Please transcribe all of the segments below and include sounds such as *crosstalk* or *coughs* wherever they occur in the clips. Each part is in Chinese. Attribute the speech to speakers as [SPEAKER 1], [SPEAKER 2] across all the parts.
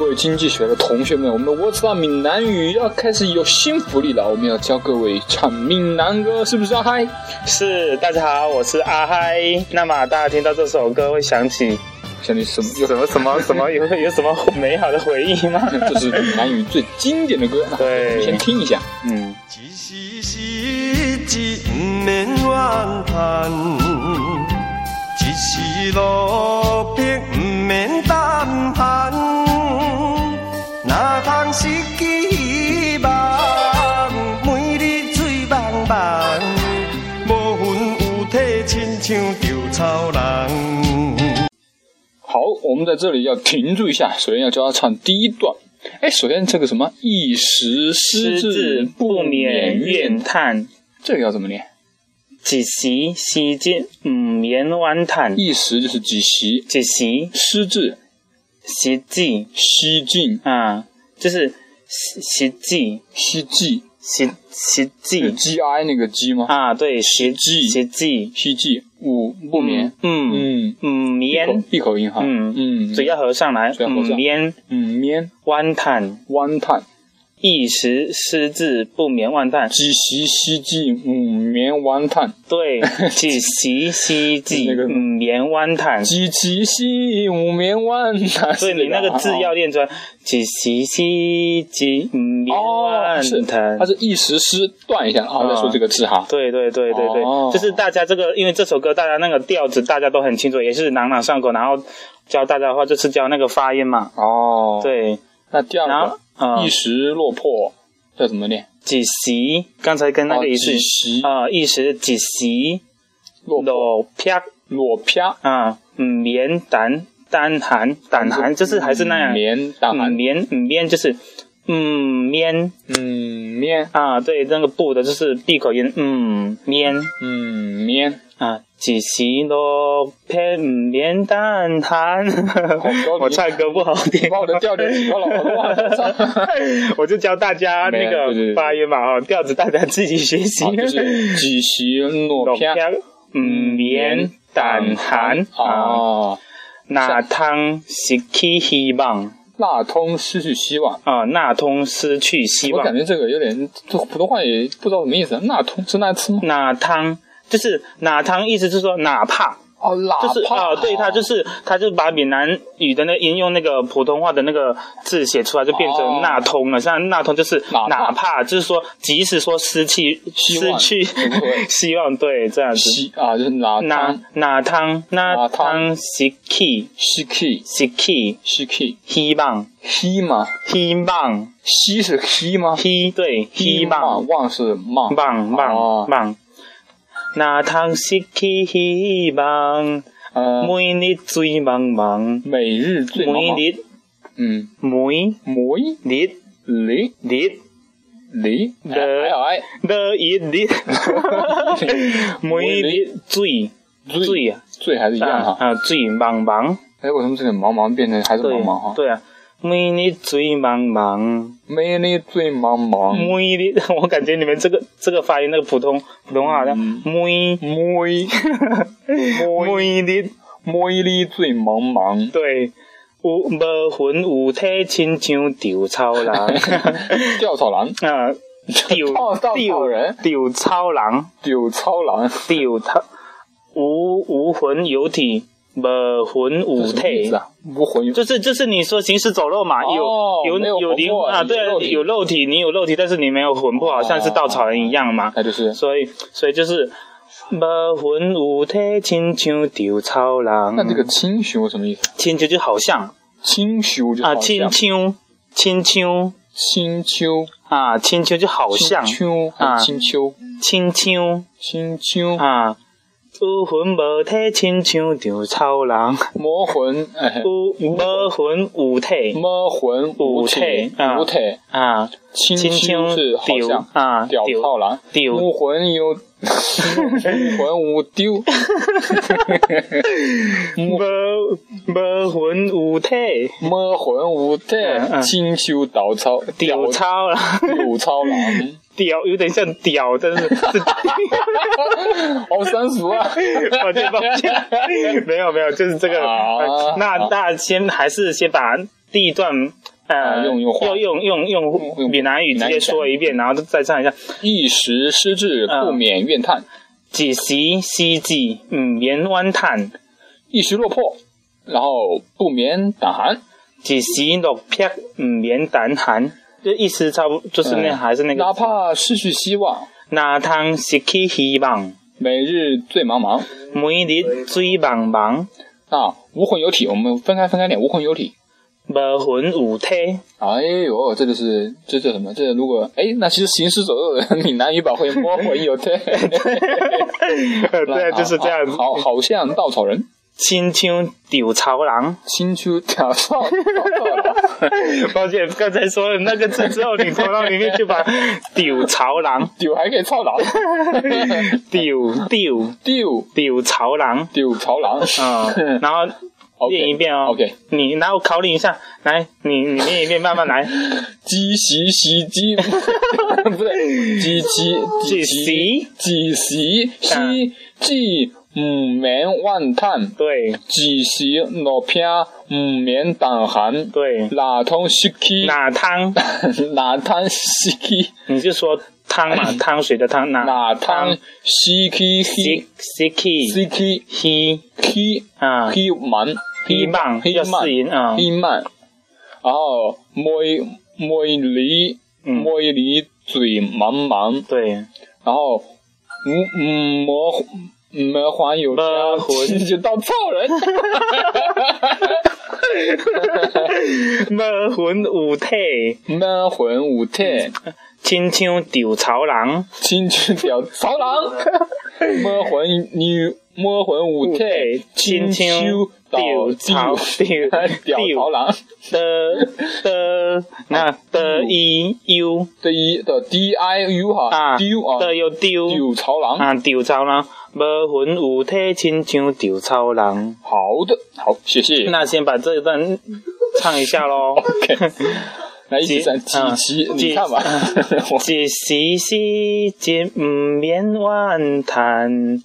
[SPEAKER 1] 位经济学的同学们，我们的我知道闽南语要开始有新福利了，我们要教各位唱闽南歌，是不是啊？嗨，
[SPEAKER 2] 是，大家好，我是阿嗨。那么大家听到这首歌会想起
[SPEAKER 1] 像你什么
[SPEAKER 2] *laughs*
[SPEAKER 1] 有
[SPEAKER 2] 什么什么什么有有什么美好的回忆吗？
[SPEAKER 1] 这是闽南语最经典的歌，啊那我们
[SPEAKER 2] 对
[SPEAKER 1] 先听一下。
[SPEAKER 2] 嗯，
[SPEAKER 3] 一时失志，不免怨叹；一时落魄，不免胆寒。哪通失去希望？每日醉茫茫，无魂有体，亲像稻草人。
[SPEAKER 1] 好，我们在这里要停住一下，首先要教他唱第一段。哎，首先这个什么一时失
[SPEAKER 2] 失志
[SPEAKER 1] 志
[SPEAKER 2] 不免怨
[SPEAKER 1] 怨，
[SPEAKER 2] 叹，
[SPEAKER 1] 这个要怎么念？
[SPEAKER 2] 一时失志不免怨叹，
[SPEAKER 1] 一时就是几时，
[SPEAKER 2] 一时
[SPEAKER 1] 失志
[SPEAKER 2] 失志
[SPEAKER 1] 西尽
[SPEAKER 2] 啊，就是失失志
[SPEAKER 1] 西记
[SPEAKER 2] 失失
[SPEAKER 1] 是
[SPEAKER 2] 志
[SPEAKER 1] G I 那个 G 吗？
[SPEAKER 2] 啊，对，失
[SPEAKER 1] 志
[SPEAKER 2] 失志
[SPEAKER 1] 西记五不眠，
[SPEAKER 2] 嗯
[SPEAKER 1] 嗯，
[SPEAKER 2] 嗯免，
[SPEAKER 1] 闭口音哈，
[SPEAKER 2] 嗯
[SPEAKER 1] 嗯
[SPEAKER 2] 嘴要合上来，
[SPEAKER 1] 嘴要合上
[SPEAKER 2] 不免
[SPEAKER 1] 嗯眠
[SPEAKER 2] 怨叹。
[SPEAKER 1] 弯叹
[SPEAKER 2] 一时失志不免万叹，
[SPEAKER 1] 几时西记五眠弯叹
[SPEAKER 2] *laughs* 对，几时希冀
[SPEAKER 1] 那个
[SPEAKER 2] 不免万叹。
[SPEAKER 1] 几时西五眠弯叹，
[SPEAKER 2] 所以你那个字要练出来，几时希冀不免
[SPEAKER 1] 哦，
[SPEAKER 2] 万
[SPEAKER 1] 是
[SPEAKER 2] 叹
[SPEAKER 1] 它。是一时失断一下，然啊后再
[SPEAKER 2] 啊
[SPEAKER 1] 说这个字哈。
[SPEAKER 2] 对对对对对，
[SPEAKER 1] 哦
[SPEAKER 2] 就是大家这个，因为这首歌大家那个调子大家都很清楚，也是朗朗上口。然后教大家的话，就是教那个发音嘛。
[SPEAKER 1] 哦，，
[SPEAKER 2] 对，
[SPEAKER 1] 那第
[SPEAKER 2] 然
[SPEAKER 1] 二
[SPEAKER 2] 后
[SPEAKER 1] 个
[SPEAKER 2] 呃
[SPEAKER 1] 一，时落魄，这怎么念？
[SPEAKER 2] 几时刚才跟那
[SPEAKER 1] 哦
[SPEAKER 2] 个也是
[SPEAKER 1] 几时
[SPEAKER 2] 啊，一时几时
[SPEAKER 1] 落
[SPEAKER 2] 落魄。
[SPEAKER 1] 落啪，
[SPEAKER 2] 啊，嗯，棉胆胆寒胆寒，嗯就是还是那样，
[SPEAKER 1] 棉大
[SPEAKER 2] 嗯
[SPEAKER 1] 寒，
[SPEAKER 2] 棉嗯棉就是嗯棉
[SPEAKER 1] 嗯棉，
[SPEAKER 2] 啊，对，那个布的就是闭口音，嗯棉
[SPEAKER 1] 嗯棉，
[SPEAKER 2] 啊，几时落魄唔免胆寒
[SPEAKER 1] 高，级
[SPEAKER 2] *laughs* 我唱歌不好听，
[SPEAKER 1] 把我的调调提高了，我都忘了唱。
[SPEAKER 2] *laughs* 我就教大家那
[SPEAKER 1] 没有对对对
[SPEAKER 2] 个发音嘛，哈，调子大家自己学习
[SPEAKER 1] 好，，哦
[SPEAKER 2] *laughs*
[SPEAKER 1] 就是嗯几时落
[SPEAKER 2] 落魄
[SPEAKER 1] 啪，
[SPEAKER 2] 唔免胆寒啊，
[SPEAKER 1] 哦，
[SPEAKER 2] 那通失去希望。
[SPEAKER 1] 那通失去希望。
[SPEAKER 2] 啊，那通失去希
[SPEAKER 1] 我感
[SPEAKER 2] 望。
[SPEAKER 1] 觉这个有点，这普通话也不知道什么意思。那通是那次吗？
[SPEAKER 2] 那汤就是那汤，意思就是说哪怕，
[SPEAKER 1] 哦，哪
[SPEAKER 2] 就是
[SPEAKER 1] 怕
[SPEAKER 2] 啊、对他就是他就把闽南语的那个音用那个普通话的那个字写出来，就变
[SPEAKER 1] 哦
[SPEAKER 2] 成那通了。像那通就是
[SPEAKER 1] 哪怕
[SPEAKER 2] 哪怕，就是说即使说失去
[SPEAKER 1] 希
[SPEAKER 2] 失
[SPEAKER 1] 望
[SPEAKER 2] 去
[SPEAKER 1] 对不对
[SPEAKER 2] *laughs* 希望，对这样子。
[SPEAKER 1] 西啊，就是哪汤
[SPEAKER 2] 那那汤那
[SPEAKER 1] 哪汤
[SPEAKER 2] 汤失去
[SPEAKER 1] 西 k
[SPEAKER 2] 失去
[SPEAKER 1] 西 k
[SPEAKER 2] 希望
[SPEAKER 1] 希吗？
[SPEAKER 2] 希望
[SPEAKER 1] 希是希吗？
[SPEAKER 2] 希对希望
[SPEAKER 1] 嘛。望是望
[SPEAKER 2] 棒棒
[SPEAKER 1] 哦
[SPEAKER 2] 棒，那通失去希望，
[SPEAKER 1] 呃，
[SPEAKER 2] 每日醉茫茫，
[SPEAKER 1] 每日最忙忙
[SPEAKER 2] 每日
[SPEAKER 1] 嗯，
[SPEAKER 2] 每
[SPEAKER 1] 每
[SPEAKER 2] 日
[SPEAKER 1] 日
[SPEAKER 2] 日
[SPEAKER 1] 里
[SPEAKER 2] 的
[SPEAKER 1] L I
[SPEAKER 2] 的一日，
[SPEAKER 1] *laughs*
[SPEAKER 2] 每日醉醉啊
[SPEAKER 1] 最还是一样哈。
[SPEAKER 2] 啊醉茫茫，
[SPEAKER 1] 哎，为什么这里茫茫变成还是茫
[SPEAKER 2] 对
[SPEAKER 1] 茫哈？
[SPEAKER 2] 对啊。每日醉茫茫，
[SPEAKER 1] 每日最茫茫，
[SPEAKER 2] 每日 *laughs* 我感觉你们这个这个发音，那个普通普通话好像
[SPEAKER 1] 嗯
[SPEAKER 2] 每 *laughs*
[SPEAKER 1] 每
[SPEAKER 2] 每日
[SPEAKER 1] 每日最茫茫，
[SPEAKER 2] 对，有无魂有体，亲像稻草人。
[SPEAKER 1] *laughs*
[SPEAKER 2] *laughs*
[SPEAKER 1] 吊草郎，
[SPEAKER 2] 啊，
[SPEAKER 1] 稻
[SPEAKER 2] 稻
[SPEAKER 1] 稻草人，
[SPEAKER 2] 稻草人，
[SPEAKER 1] 吊草郎，
[SPEAKER 2] 稻草无无魂有体，无魂
[SPEAKER 1] 这
[SPEAKER 2] 无
[SPEAKER 1] 什么意
[SPEAKER 2] 体
[SPEAKER 1] 思。啊？无魂有
[SPEAKER 2] 就是就是你说行尸走肉嘛，
[SPEAKER 1] 哦
[SPEAKER 2] 有
[SPEAKER 1] 没有
[SPEAKER 2] 有
[SPEAKER 1] 魂
[SPEAKER 2] 灵
[SPEAKER 1] 魄
[SPEAKER 2] 啊，
[SPEAKER 1] 有
[SPEAKER 2] 对
[SPEAKER 1] 肉
[SPEAKER 2] 啊，
[SPEAKER 1] 体哦
[SPEAKER 2] 有肉体，你有肉体，但是你没有魂魄，好像是稻草人一样嘛。
[SPEAKER 1] 那哎就是
[SPEAKER 2] 所以所以就是无魂无体，亲像稻草人。
[SPEAKER 1] 那这个清修什么意思？
[SPEAKER 2] 亲就就好像
[SPEAKER 1] 清修就
[SPEAKER 2] 啊，
[SPEAKER 1] 好
[SPEAKER 2] 亲
[SPEAKER 1] 像
[SPEAKER 2] 像亲像
[SPEAKER 1] 清秋，
[SPEAKER 2] 啊，亲像就好像
[SPEAKER 1] 清秋还
[SPEAKER 2] 啊
[SPEAKER 1] 是清秋，
[SPEAKER 2] 亲像。
[SPEAKER 1] 清秋
[SPEAKER 2] 啊，有魂无体，亲像稻草人；
[SPEAKER 1] 魔魂，哎，
[SPEAKER 2] 有无魂有体
[SPEAKER 1] 魔魂五体
[SPEAKER 2] 五体啊
[SPEAKER 1] 五体，
[SPEAKER 2] 啊，
[SPEAKER 1] 清
[SPEAKER 2] 亲
[SPEAKER 1] 秋
[SPEAKER 2] 像
[SPEAKER 1] 是好像
[SPEAKER 2] 稻啊
[SPEAKER 1] 吊
[SPEAKER 2] 稻
[SPEAKER 1] 套郎，
[SPEAKER 2] 吊
[SPEAKER 1] 武魂有 *laughs* 武魂无丢，
[SPEAKER 2] 无无魂有体，
[SPEAKER 1] 魔魂无体
[SPEAKER 2] 嗯，嗯
[SPEAKER 1] 清秋稻草
[SPEAKER 2] 稻草人，
[SPEAKER 1] 稻草 *laughs* 郎，
[SPEAKER 2] *laughs* 屌有点像屌，但是是 *laughs*
[SPEAKER 1] 好三俗啊！
[SPEAKER 2] 抱歉抱歉，没有没有，就是这个。
[SPEAKER 1] 啊
[SPEAKER 2] 呃那那先还是先把第一段呃，
[SPEAKER 1] 啊用用话
[SPEAKER 2] 用用用用
[SPEAKER 1] 用
[SPEAKER 2] 闽南语直接说一遍，然后再唱一下
[SPEAKER 1] 一时失志，
[SPEAKER 2] 嗯
[SPEAKER 1] 不免怨叹；
[SPEAKER 2] “几时希冀，嗯，免怨叹；
[SPEAKER 1] 一时落魄，然后不免胆寒。
[SPEAKER 2] 几时落魄，嗯，免胆寒。”就意思差不就是那、
[SPEAKER 1] 嗯
[SPEAKER 2] 还是那
[SPEAKER 1] 哪
[SPEAKER 2] 个
[SPEAKER 1] 怕失去希望，
[SPEAKER 2] 那汤失去希望，
[SPEAKER 1] 每日醉茫茫。
[SPEAKER 2] 每日醉茫茫，
[SPEAKER 1] 啊，无魂有体，我们分开分开念，无魂有体。
[SPEAKER 2] 无魂
[SPEAKER 1] *laughs*
[SPEAKER 2] 有体。
[SPEAKER 1] 哎呦，这就是这叫什么？这如果哎，那其实行尸走肉 *laughs* 的闽南语版会摸魂有
[SPEAKER 2] *laughs*
[SPEAKER 1] 体。
[SPEAKER 2] 对，就是这样子。
[SPEAKER 1] 啊好，好像稻草人，
[SPEAKER 2] 亲像稻草人。
[SPEAKER 1] 青丘挑草。 *laughs*
[SPEAKER 2] 抱歉，刚才说了那个字之后，你头脑里面就把“稻
[SPEAKER 1] *laughs*
[SPEAKER 2] 草人
[SPEAKER 1] 丢还可以操狼，”、
[SPEAKER 2] “丢丢
[SPEAKER 1] 丢
[SPEAKER 2] 稻草人
[SPEAKER 1] 丢朝狼。”
[SPEAKER 2] 嗯，然后
[SPEAKER 1] *laughs* OK，
[SPEAKER 2] 念一遍哦。
[SPEAKER 1] OK
[SPEAKER 2] 你然后考你一下，来，你你念一遍，慢慢来。
[SPEAKER 1] 鸡洗洗鸡， *laughs* 不对，鸡鸡
[SPEAKER 2] 几
[SPEAKER 1] 鸡
[SPEAKER 2] 时？
[SPEAKER 1] 鸡洗
[SPEAKER 2] 啊
[SPEAKER 1] 洗鸡，唔免万叹，
[SPEAKER 2] 对
[SPEAKER 1] 鸡洗落片唔免胆寒，
[SPEAKER 2] 对，
[SPEAKER 1] 哪通失去，
[SPEAKER 2] 哪汤？
[SPEAKER 1] 哪汤失去，
[SPEAKER 2] 你就说汤 *coughs* 嘛，汤水的汤，哪
[SPEAKER 1] 哪汤失去
[SPEAKER 2] 西
[SPEAKER 1] 失
[SPEAKER 2] 西气
[SPEAKER 1] 失去
[SPEAKER 2] 西
[SPEAKER 1] 去
[SPEAKER 2] 啊，
[SPEAKER 1] 去慢
[SPEAKER 2] 希望
[SPEAKER 1] 去
[SPEAKER 2] 要四
[SPEAKER 1] 慢
[SPEAKER 2] 音啊，
[SPEAKER 1] 去慢，然后哦每每里
[SPEAKER 2] 嗯
[SPEAKER 1] 每里醉茫茫。
[SPEAKER 2] 对，
[SPEAKER 1] 然后嗯嗯魔魔环有
[SPEAKER 2] 魔
[SPEAKER 1] 家，
[SPEAKER 2] 环 *laughs*
[SPEAKER 1] 就到操人，
[SPEAKER 2] 无魂有体，
[SPEAKER 1] *laughs* 魔魂有体，
[SPEAKER 2] 亲像稻草人。
[SPEAKER 1] 青春条草人，魔魂女魔魂有体，
[SPEAKER 2] 亲像
[SPEAKER 1] 手
[SPEAKER 2] 稻草
[SPEAKER 1] 吊
[SPEAKER 2] 吊
[SPEAKER 1] 草人，
[SPEAKER 2] *laughs* 的的啊那的一 u
[SPEAKER 1] 对一的 D I U 哈
[SPEAKER 2] 啊
[SPEAKER 1] 丢啊
[SPEAKER 2] 的又丢
[SPEAKER 1] 丢草人，
[SPEAKER 2] 啊稻草人，无魂有体，亲像稻草人。
[SPEAKER 1] 好的，好，谢谢。
[SPEAKER 2] 那先把这一段唱一下喽。
[SPEAKER 1] OK，来一起算几
[SPEAKER 2] 嗯
[SPEAKER 1] 期？
[SPEAKER 2] 几
[SPEAKER 1] 你看吧， *laughs* 我
[SPEAKER 2] 一啊时失志毋免怨叹，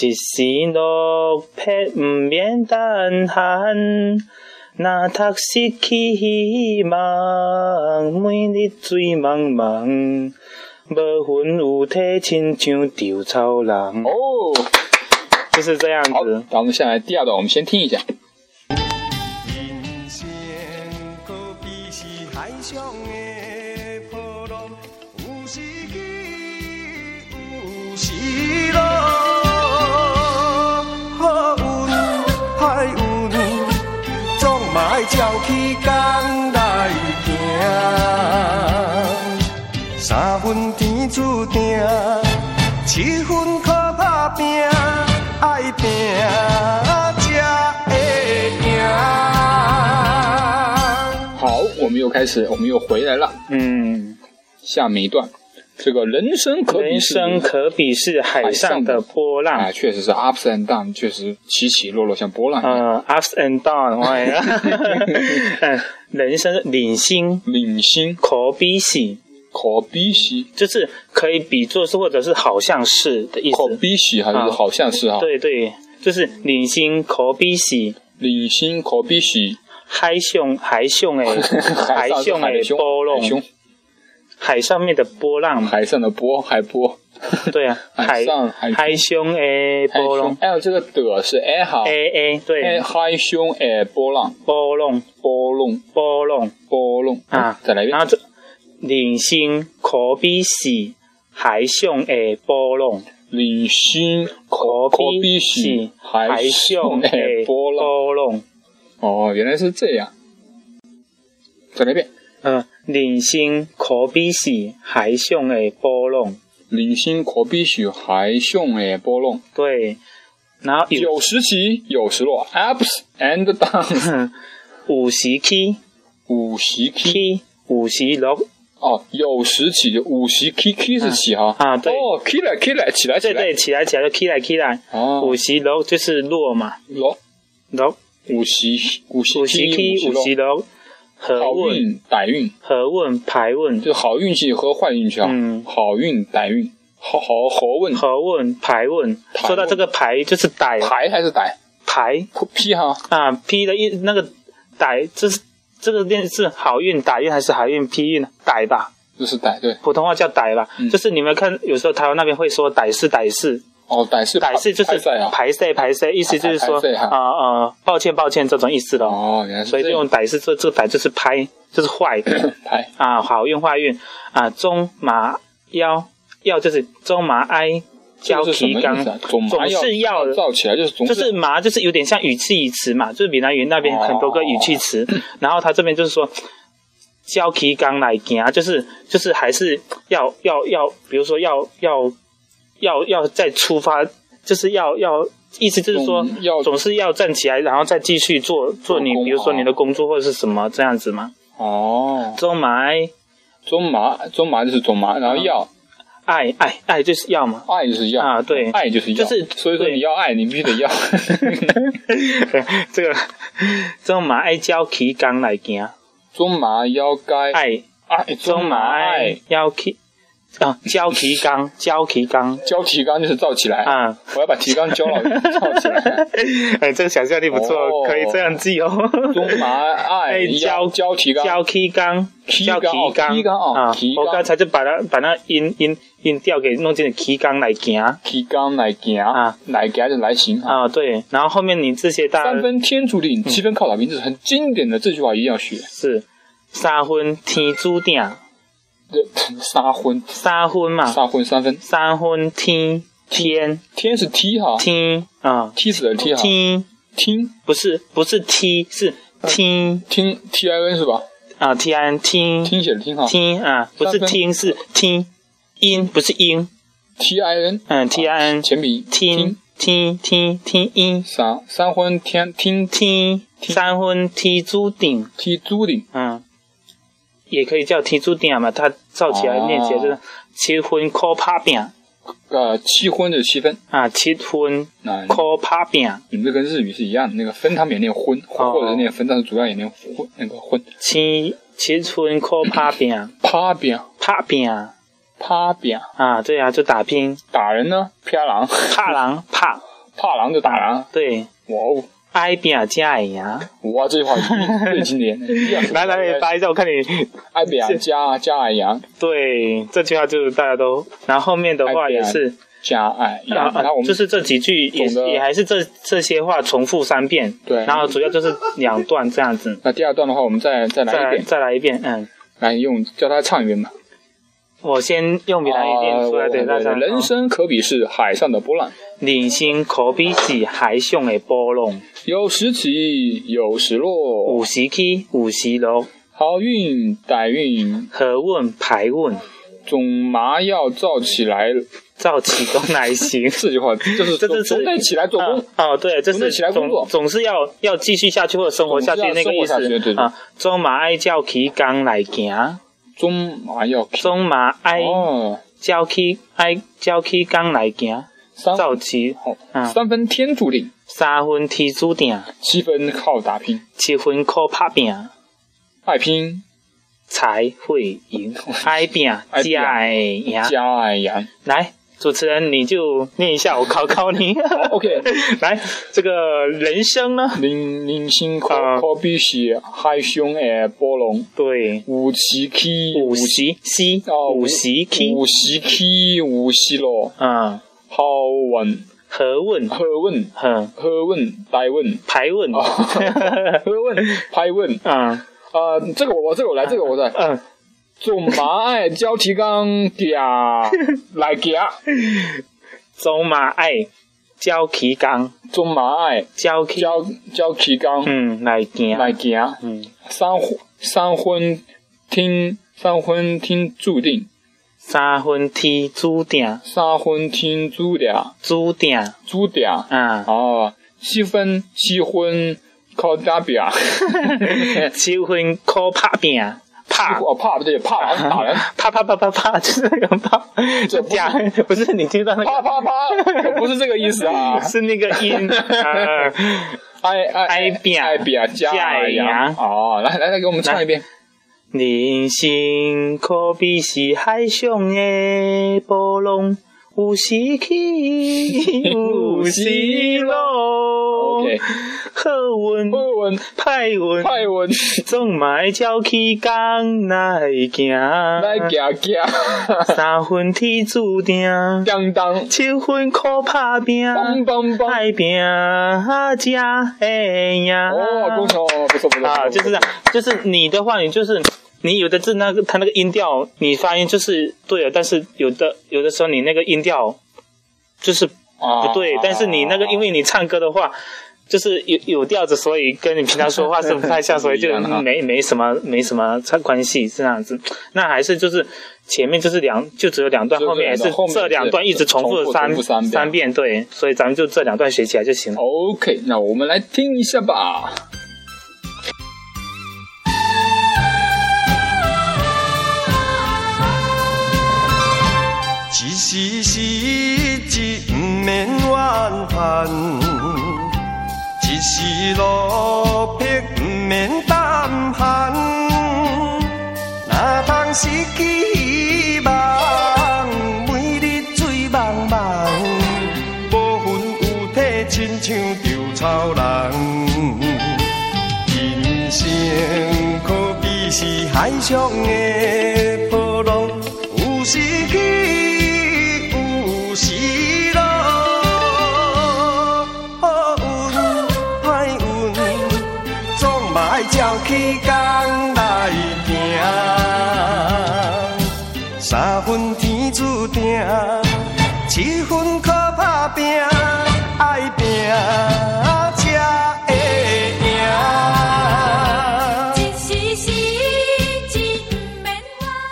[SPEAKER 2] 一时落魄毋免胆寒。若读失去希望，每日醉茫茫，无魂有体，亲像稻草人。
[SPEAKER 1] 哦，
[SPEAKER 2] 就是这样
[SPEAKER 1] 好，
[SPEAKER 2] 子。
[SPEAKER 1] 那我们下来第二段，我们先听一下。
[SPEAKER 3] 人生可比是海上的波浪，有时起，有时落。好运歹运，总嘛要照起工来行。三分天注定，七分靠打拼，爱拼才会赢。
[SPEAKER 1] 好，我们又开始，我们又回来了。
[SPEAKER 2] 嗯，
[SPEAKER 1] 下面一段，这个人生可比
[SPEAKER 2] 人
[SPEAKER 1] 是
[SPEAKER 2] 生可比是海上的波浪
[SPEAKER 1] 啊，。确实是 ups and down，确实起起落落，像波浪一样。
[SPEAKER 2] 呃，ups and down，哎 *laughs* 呀，嗯人生领星
[SPEAKER 1] 领星
[SPEAKER 2] 可比喜，
[SPEAKER 1] 可比西，
[SPEAKER 2] 就是可以比作是或者是好像是的意
[SPEAKER 1] 可
[SPEAKER 2] 思。
[SPEAKER 1] 比西还是
[SPEAKER 2] 啊
[SPEAKER 1] 好像是哈？
[SPEAKER 2] 对对，就是领星可比喜，
[SPEAKER 1] 领星可比西，
[SPEAKER 2] 海上 *laughs* 海上诶，海
[SPEAKER 1] 上是
[SPEAKER 2] 上
[SPEAKER 1] *laughs* 海
[SPEAKER 2] 诶
[SPEAKER 1] 的胸，
[SPEAKER 2] 波
[SPEAKER 1] 海
[SPEAKER 2] 浪
[SPEAKER 1] 胸，
[SPEAKER 2] 海上面的波浪
[SPEAKER 1] *laughs*
[SPEAKER 2] 嘛。
[SPEAKER 1] 海上的波，海波，
[SPEAKER 2] 对啊，
[SPEAKER 1] 海
[SPEAKER 2] 海
[SPEAKER 1] 上海胸
[SPEAKER 2] 海上诶
[SPEAKER 1] 海
[SPEAKER 2] 波
[SPEAKER 1] 胸哦
[SPEAKER 2] 浪。哎
[SPEAKER 1] 还有这个的是 a 哈
[SPEAKER 2] A A
[SPEAKER 1] ，a
[SPEAKER 2] 对，
[SPEAKER 1] 海胸 a 波浪，
[SPEAKER 2] 波浪
[SPEAKER 1] 波浪，
[SPEAKER 2] 波浪
[SPEAKER 1] 波浪
[SPEAKER 2] 啊，
[SPEAKER 1] 再来一遍
[SPEAKER 2] 然后这人生可比是海上的波浪，
[SPEAKER 1] 领星可
[SPEAKER 2] 可
[SPEAKER 1] 可比
[SPEAKER 2] 比
[SPEAKER 1] 西
[SPEAKER 2] 是，
[SPEAKER 1] 海
[SPEAKER 2] 海哎
[SPEAKER 1] 上
[SPEAKER 2] 上
[SPEAKER 1] 的
[SPEAKER 2] 的
[SPEAKER 1] 波浪。
[SPEAKER 2] 波浪。
[SPEAKER 1] 哦，原来是这样。再来一遍，
[SPEAKER 2] 嗯，人生可比是海上的波浪，
[SPEAKER 1] 人生可比是海上的波浪，
[SPEAKER 2] 对。然后有 *laughs*
[SPEAKER 1] 有时起，有时落，ups and downs，
[SPEAKER 2] 有时起
[SPEAKER 1] 五十 k
[SPEAKER 2] 起，有时落，
[SPEAKER 1] 哦，有时起就五十 k k 是起哈
[SPEAKER 2] 啊对
[SPEAKER 1] 哦，k 来 k 来起来起
[SPEAKER 2] 对
[SPEAKER 1] 来
[SPEAKER 2] 对，起来起来就起来起来，
[SPEAKER 1] 哦
[SPEAKER 2] 有，时落就是落嘛，
[SPEAKER 1] 落
[SPEAKER 2] 落
[SPEAKER 1] 五十五十
[SPEAKER 2] 有时
[SPEAKER 1] k
[SPEAKER 2] 起有时落，
[SPEAKER 1] 好
[SPEAKER 2] 何运
[SPEAKER 1] 运歹运，
[SPEAKER 2] 何运排运。
[SPEAKER 1] 就好运气和坏运气啊，
[SPEAKER 2] 嗯
[SPEAKER 1] 好运歹运，好好好运，
[SPEAKER 2] 和问排问，
[SPEAKER 1] 排问
[SPEAKER 2] 说到这个排就是歹
[SPEAKER 1] 排还是歹
[SPEAKER 2] 排
[SPEAKER 1] ，p 哈
[SPEAKER 2] 啊，p 的一那个歹，就是这个念是好运歹运还是海运批运呢？歹吧，
[SPEAKER 1] 就是歹对，
[SPEAKER 2] 普通话叫歹吧。
[SPEAKER 1] 嗯
[SPEAKER 2] 就是你们看，有时候台湾那边会说歹事歹事，
[SPEAKER 1] 哦，歹是
[SPEAKER 2] 歹事就是
[SPEAKER 1] 拍赛啊，
[SPEAKER 2] 排泄排泄，意思就是说
[SPEAKER 1] 排排泄哈
[SPEAKER 2] 啊啊，抱歉抱歉这种意思的哦。
[SPEAKER 1] 哦，原来是
[SPEAKER 2] 所以
[SPEAKER 1] 这
[SPEAKER 2] 这种
[SPEAKER 1] 样哎
[SPEAKER 2] 歹事，这这个歹就是
[SPEAKER 1] *coughs*
[SPEAKER 2] 拍，就是坏
[SPEAKER 1] 拍
[SPEAKER 2] 啊，好运坏运啊，中马腰腰就是中马哀
[SPEAKER 1] 这
[SPEAKER 2] 交
[SPEAKER 1] 是什
[SPEAKER 2] 提
[SPEAKER 1] 么意
[SPEAKER 2] 纲
[SPEAKER 1] 思啊？，总麻
[SPEAKER 2] 总是要
[SPEAKER 1] 造起来，就是总
[SPEAKER 2] 就是麻，就是有点像语气词嘛，就是闽南语那边很多个语气词，
[SPEAKER 1] 哦
[SPEAKER 2] *clears throat* 然后他这边就是说。交起刚来行，啊就是就是还是要要要，比如说要要要要再出发，就是要要意思就是说
[SPEAKER 1] 嗯，要
[SPEAKER 2] 总是要站起来，然后再继续做做你
[SPEAKER 1] 做工，
[SPEAKER 2] 比如说
[SPEAKER 1] 哦
[SPEAKER 2] 你的工作或者是什么这样子嘛。
[SPEAKER 1] 哦，
[SPEAKER 2] 中马爱
[SPEAKER 1] 中麻中麻就是中麻，然后要
[SPEAKER 2] 爱爱爱就是要嘛，
[SPEAKER 1] 爱就是要
[SPEAKER 2] 啊对
[SPEAKER 1] 爱就是要，
[SPEAKER 2] 就是
[SPEAKER 1] 所以说
[SPEAKER 2] 对
[SPEAKER 1] 你要爱，你必须得要。
[SPEAKER 2] *laughs* 这个中马爱交起刚来
[SPEAKER 1] *laughs*
[SPEAKER 2] 行，啊
[SPEAKER 1] 中麻腰该
[SPEAKER 2] 爱
[SPEAKER 1] 爱
[SPEAKER 2] 中马爱
[SPEAKER 1] 爱
[SPEAKER 2] 要起
[SPEAKER 1] 哦
[SPEAKER 2] 啊，交提纲， *laughs* 交提纲
[SPEAKER 1] 教提纲就是造起来，
[SPEAKER 2] 啊！
[SPEAKER 1] 我要把提纲教老 *laughs* 造起来。
[SPEAKER 2] *laughs* 哎，这个想象力不错，
[SPEAKER 1] 哦
[SPEAKER 2] 可以这样记哦。
[SPEAKER 1] 中麻爱
[SPEAKER 2] *laughs* 哎
[SPEAKER 1] 腰
[SPEAKER 2] 交
[SPEAKER 1] 教提纲，
[SPEAKER 2] 交提纲，
[SPEAKER 1] 提
[SPEAKER 2] 交
[SPEAKER 1] 纲
[SPEAKER 2] 提
[SPEAKER 1] 哦提纲哦
[SPEAKER 2] 啊
[SPEAKER 1] 提！纲
[SPEAKER 2] 我刚才就把它把那音音音调给弄进提纲来行
[SPEAKER 1] 提纲来行
[SPEAKER 2] 啊，
[SPEAKER 1] 来行就来行啊。
[SPEAKER 2] 啊，嗯对。然后后面你这些大
[SPEAKER 1] 三分天注定，七分靠打拼，这是很经典的这句话，一定要学。
[SPEAKER 2] 是三分天注定，
[SPEAKER 1] 对杀婚，
[SPEAKER 2] 三分嘛，
[SPEAKER 1] 杀婚三分，
[SPEAKER 2] 三分天天
[SPEAKER 1] 天是踢哈，
[SPEAKER 2] 天啊，
[SPEAKER 1] 踢死的踢哈，
[SPEAKER 2] 天
[SPEAKER 1] 听
[SPEAKER 2] 不是不是踢是听
[SPEAKER 1] 听 T I N 是吧？
[SPEAKER 2] 啊，t n 听。
[SPEAKER 1] 听写的听哈
[SPEAKER 2] 听啊，不是
[SPEAKER 1] 三分
[SPEAKER 2] 听是听，音不是音，
[SPEAKER 1] ，T I N
[SPEAKER 2] 嗯，t i n
[SPEAKER 1] 前鼻
[SPEAKER 2] 听听听听音
[SPEAKER 1] 三三婚天听
[SPEAKER 2] 听三分踢猪顶，
[SPEAKER 1] 踢猪顶
[SPEAKER 2] 嗯，也可以叫踢猪顶嘛，它造起来
[SPEAKER 1] 哦
[SPEAKER 2] 念起来就是七分靠拍饼
[SPEAKER 1] 呃七婚就是七分
[SPEAKER 2] 啊，七分
[SPEAKER 1] 啊。
[SPEAKER 2] 靠拍饼，
[SPEAKER 1] 你们这跟日语是一样的，那个分他们也念婚，
[SPEAKER 2] 哦
[SPEAKER 1] 或者是念分，但是主要也念婚那个婚。
[SPEAKER 2] 七七分靠拍饼，
[SPEAKER 1] 趴饼
[SPEAKER 2] 拍饼啊，
[SPEAKER 1] 趴饼，
[SPEAKER 2] 对啊，就打拼，
[SPEAKER 1] 打人呢？啪狼， *laughs*
[SPEAKER 2] 拍人拍，
[SPEAKER 1] 怕狼就打狼。
[SPEAKER 2] 对，
[SPEAKER 1] 哇哦，
[SPEAKER 2] 挨饼加赢，
[SPEAKER 1] 哇，这句话一定最经典，
[SPEAKER 2] *laughs*
[SPEAKER 1] 一定要学
[SPEAKER 2] 来来来，发一下，我看你
[SPEAKER 1] 爱表加加爱羊
[SPEAKER 2] 对，这句话就是大家都，然后后面的话也是，
[SPEAKER 1] 加爱
[SPEAKER 2] 啊 *laughs*
[SPEAKER 1] 羊，然后我们
[SPEAKER 2] 就是这几句也
[SPEAKER 1] 懂得
[SPEAKER 2] 也还是这这些话重复三遍，
[SPEAKER 1] 对
[SPEAKER 2] 然后主要就是两段这样子，
[SPEAKER 1] 那第二段的话，我们再再
[SPEAKER 2] 再
[SPEAKER 1] 来一
[SPEAKER 2] 来
[SPEAKER 1] 遍，
[SPEAKER 2] 再来一遍，嗯，
[SPEAKER 1] 来用叫他唱一遍吧。
[SPEAKER 2] 我先用闽南语念出来
[SPEAKER 1] 啊
[SPEAKER 2] 给大家。
[SPEAKER 1] 人生可比是海上的波浪，
[SPEAKER 2] 人生可比是海上的波浪，
[SPEAKER 1] 有时起，有时落，
[SPEAKER 2] 有时起，有时落，
[SPEAKER 1] 好运歹运
[SPEAKER 2] 好运歹运，
[SPEAKER 1] 总麻要造起来。
[SPEAKER 2] 照起功来行。
[SPEAKER 1] 这句话就是
[SPEAKER 2] *laughs* 这
[SPEAKER 1] 总
[SPEAKER 2] 就是
[SPEAKER 1] 总得起来做工。
[SPEAKER 2] 啊哦，对，这
[SPEAKER 1] 总
[SPEAKER 2] 是
[SPEAKER 1] 得起来工
[SPEAKER 2] 总
[SPEAKER 1] 作
[SPEAKER 2] 总是要要继续下去或者生活下去
[SPEAKER 1] 总是
[SPEAKER 2] 那
[SPEAKER 1] 要
[SPEAKER 2] 个
[SPEAKER 1] 生活
[SPEAKER 2] 意
[SPEAKER 1] 下去对
[SPEAKER 2] 思
[SPEAKER 1] 对
[SPEAKER 2] 啊。中马爱叫起工来行，
[SPEAKER 1] 中麻要起
[SPEAKER 2] 中马爱
[SPEAKER 1] 哦，
[SPEAKER 2] 叫起爱叫起工来行，
[SPEAKER 1] 三
[SPEAKER 2] 早起
[SPEAKER 1] 好
[SPEAKER 2] 嗯
[SPEAKER 1] 三分天注定，
[SPEAKER 2] 三分天注定，
[SPEAKER 1] 七分靠打拼，
[SPEAKER 2] 七分靠打拼，
[SPEAKER 1] 爱拼
[SPEAKER 2] 才会
[SPEAKER 1] *laughs*
[SPEAKER 2] 赢。爱拼
[SPEAKER 1] 爱拼
[SPEAKER 2] 才会赢。
[SPEAKER 1] 加爱羊。
[SPEAKER 2] 来，主持人你就念一下，我考考你。
[SPEAKER 1] *laughs* OK，
[SPEAKER 2] *laughs* 来，这个人生呢？
[SPEAKER 1] 人人生可
[SPEAKER 2] 啊
[SPEAKER 1] 可比是海上的波浪，
[SPEAKER 2] 对，
[SPEAKER 1] 有时起
[SPEAKER 2] 五十七，
[SPEAKER 1] 哦
[SPEAKER 2] 五十七，
[SPEAKER 1] 有时起有时落，
[SPEAKER 2] 嗯，
[SPEAKER 1] 好运
[SPEAKER 2] 何问？
[SPEAKER 1] 好运
[SPEAKER 2] 嗯。
[SPEAKER 1] 好运歹运。
[SPEAKER 2] 排问，
[SPEAKER 1] 哦好运歹运
[SPEAKER 2] *laughs* 嗯
[SPEAKER 1] 啊，这个我我这个我来，这个我来。
[SPEAKER 2] 嗯，
[SPEAKER 1] 总麻爱交提纲夹来夹，
[SPEAKER 2] 走马爱交起工，
[SPEAKER 1] 总麻爱
[SPEAKER 2] 交起
[SPEAKER 1] 交交提纲
[SPEAKER 2] 嗯来行，
[SPEAKER 1] 来夹。
[SPEAKER 2] 嗯
[SPEAKER 1] 三婚三婚听三婚听注定，
[SPEAKER 2] 三分天注定，
[SPEAKER 1] 三婚听注定
[SPEAKER 2] 注定
[SPEAKER 1] 注定
[SPEAKER 2] 啊，
[SPEAKER 1] 啊，七分七婚靠打拼，
[SPEAKER 2] *laughs* *laughs* 七分靠打拼，
[SPEAKER 1] 啊 *laughs*
[SPEAKER 2] 拍
[SPEAKER 1] 怕不对，怕人打人，
[SPEAKER 2] 啪啪啪啪啪，就是那个啪，
[SPEAKER 1] 这不是
[SPEAKER 2] *laughs* 假不是你听到那个
[SPEAKER 1] 啪啪啪，可不是这个意思
[SPEAKER 2] *laughs*，
[SPEAKER 1] 啊哎
[SPEAKER 2] 是那个音，呃
[SPEAKER 1] 爱爱
[SPEAKER 2] 爱拼
[SPEAKER 1] 爱拼加呀
[SPEAKER 2] 加呀！
[SPEAKER 1] 哦，来来来，给我们唱一遍，
[SPEAKER 2] 人生可比是海上的波浪，有时起，有
[SPEAKER 1] *laughs*
[SPEAKER 2] 时落
[SPEAKER 1] OK，
[SPEAKER 2] 好运
[SPEAKER 1] 波纹、
[SPEAKER 2] 歹运，
[SPEAKER 1] 派
[SPEAKER 2] *laughs*
[SPEAKER 1] 纹、
[SPEAKER 2] 总嘛会照起工来行。
[SPEAKER 1] 来啊夹
[SPEAKER 2] *laughs*
[SPEAKER 1] 夹、
[SPEAKER 2] 三分天注定，
[SPEAKER 1] 当当、
[SPEAKER 2] 七分靠打拼，
[SPEAKER 1] 梆梆梆。
[SPEAKER 2] 爱拼
[SPEAKER 1] 哦，恭喜哦，
[SPEAKER 2] 啊才会赢。
[SPEAKER 1] 不错不错不错。 *laughs*
[SPEAKER 2] 啊，就是这样，就是你的话，你就是你有的字那个它那个音调，你发音就是对了，但是有的有的时候你那个音调就是不
[SPEAKER 1] 不
[SPEAKER 2] 对，但是你那个因为你唱歌的话。就是有有调子，所以跟你平常说话是不太像，所以就
[SPEAKER 1] *laughs* 不一样哈
[SPEAKER 2] 没没什么没什么关系是这样子。那还是就是前面就是两就只有两段，
[SPEAKER 1] 就
[SPEAKER 2] 后面也
[SPEAKER 1] 是两段
[SPEAKER 2] 是
[SPEAKER 1] 后面
[SPEAKER 2] 这两段一直重
[SPEAKER 1] 重复
[SPEAKER 2] 复三
[SPEAKER 1] 重复三遍
[SPEAKER 2] 遍，对，所以咱们就这两段学起来就行了。
[SPEAKER 1] OK，那我们来听一下吧。
[SPEAKER 3] 一时失志不免怨叹，一时落魄不免胆寒。哪通失去希望，每日醉茫茫，无魂有体，亲像稻草人。人生可比是海上的波浪，有时起，有时落。哦好运歹运，总嘛爱照起工来行。三分天注定，七分靠打拼，爱拼才会赢。
[SPEAKER 4] 一时时，一不免怨。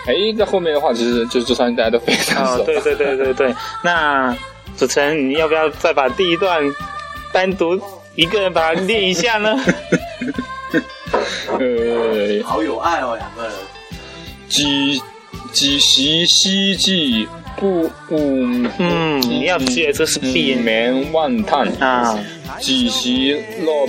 [SPEAKER 1] 哎，在后面的话，其实就就算大家都非常 *laughs*
[SPEAKER 2] 啊、
[SPEAKER 1] 熟。
[SPEAKER 2] 对对对对对。那主持人，你要不要再把第一段单独一个人把它念一
[SPEAKER 1] *laughs*
[SPEAKER 2] 下呢？
[SPEAKER 1] 呃，
[SPEAKER 5] 好有爱哦，两个人。
[SPEAKER 1] 几几时希冀不无
[SPEAKER 2] 嗯你要记得这是闭音
[SPEAKER 1] 免万叹
[SPEAKER 2] 啊，
[SPEAKER 1] 几时落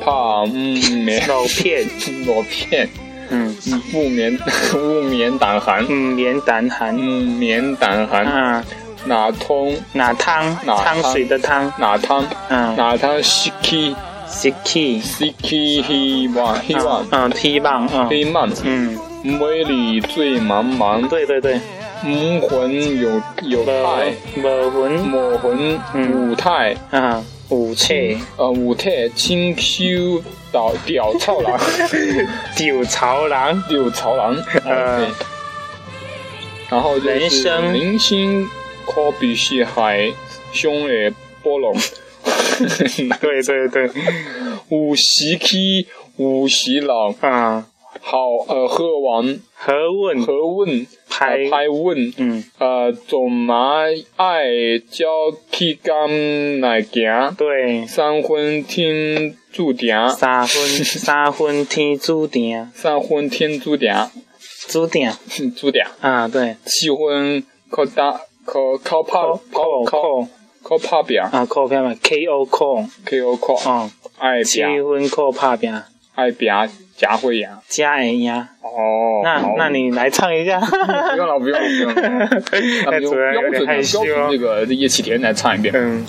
[SPEAKER 1] 怕嗯免
[SPEAKER 2] 老片，
[SPEAKER 1] 落片
[SPEAKER 2] 嗯
[SPEAKER 1] 不免不免胆寒
[SPEAKER 2] 嗯，免胆寒
[SPEAKER 1] 嗯免胆寒
[SPEAKER 2] 啊，
[SPEAKER 1] 哪通
[SPEAKER 2] 哪汤
[SPEAKER 1] 哪汤
[SPEAKER 2] 汤水的汤，
[SPEAKER 1] 哪汤
[SPEAKER 2] 嗯
[SPEAKER 1] 哪汤失去
[SPEAKER 2] ，sick key，
[SPEAKER 1] 失去希望希望
[SPEAKER 2] 嗯嗯，T 棒，嗯
[SPEAKER 1] 黑漫
[SPEAKER 2] 嗯，
[SPEAKER 1] 美丽醉茫茫
[SPEAKER 2] 对对对，
[SPEAKER 1] 无魂有有态
[SPEAKER 2] 不不魂，
[SPEAKER 1] 抹魂
[SPEAKER 2] 嗯
[SPEAKER 1] 舞态。
[SPEAKER 2] 啊，武器，
[SPEAKER 1] 呃，五体清秋倒屌臭狼，
[SPEAKER 2] 九朝郎，
[SPEAKER 1] 屌臭狼，
[SPEAKER 2] 呃
[SPEAKER 1] 对然后就是
[SPEAKER 2] 人生
[SPEAKER 1] 人生可比是海胸的波浪，
[SPEAKER 2] 对对对，
[SPEAKER 1] 有时起有时落，
[SPEAKER 2] 啊，
[SPEAKER 1] 好呃喝完
[SPEAKER 2] 何问
[SPEAKER 1] 何问
[SPEAKER 2] 拍
[SPEAKER 1] 呃拍问，
[SPEAKER 2] 嗯，
[SPEAKER 1] 呃总嘛爱交起甘来行，
[SPEAKER 2] 对。
[SPEAKER 1] 三分天注定，
[SPEAKER 2] 三分三分天注定，
[SPEAKER 1] *laughs* 三分天注定， *laughs*
[SPEAKER 2] 注定
[SPEAKER 1] 注定。
[SPEAKER 2] 啊，对，
[SPEAKER 1] 气温可打可靠怕
[SPEAKER 2] 扣
[SPEAKER 1] 靠
[SPEAKER 2] 扣
[SPEAKER 1] 靠
[SPEAKER 2] 扣
[SPEAKER 1] 靠怕饼
[SPEAKER 2] 啊，扣票嘛，KO 扣，
[SPEAKER 1] ，K O 靠
[SPEAKER 2] 哦，
[SPEAKER 1] 爱
[SPEAKER 2] 七
[SPEAKER 1] 饼
[SPEAKER 2] 分扣拍拼，
[SPEAKER 1] 爱饼夹会赢
[SPEAKER 2] 加人呀。
[SPEAKER 1] 哦。
[SPEAKER 2] 那
[SPEAKER 1] 好
[SPEAKER 2] 那你来唱一
[SPEAKER 1] *laughs*
[SPEAKER 2] 下，*laughs*
[SPEAKER 1] 不用了不用了不用了，那
[SPEAKER 2] 那
[SPEAKER 1] 们就
[SPEAKER 2] 主任
[SPEAKER 1] 标
[SPEAKER 2] 有
[SPEAKER 1] 准的
[SPEAKER 2] 点害羞
[SPEAKER 1] 标。准这个叶启田来唱一遍。
[SPEAKER 2] 嗯，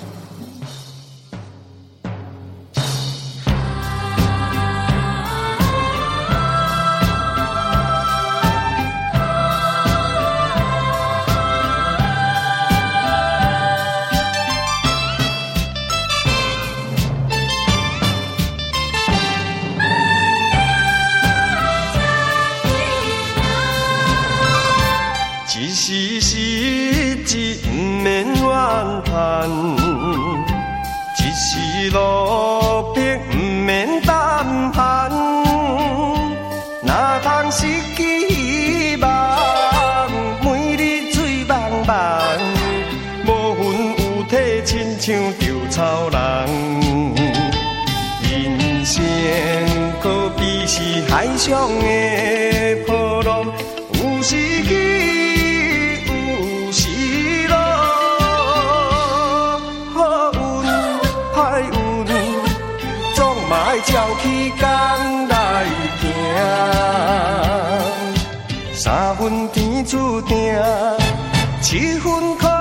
[SPEAKER 4] 啊
[SPEAKER 3] 一时失志不免怨叹，一时落魄不免胆寒。哪通失去希望，每日醉茫茫，无魂有体，亲像稻草人。人生可比是海上的波浪，有时起，有时落。好运歹运，总嘛爱照起工来行。三分天注定，七分靠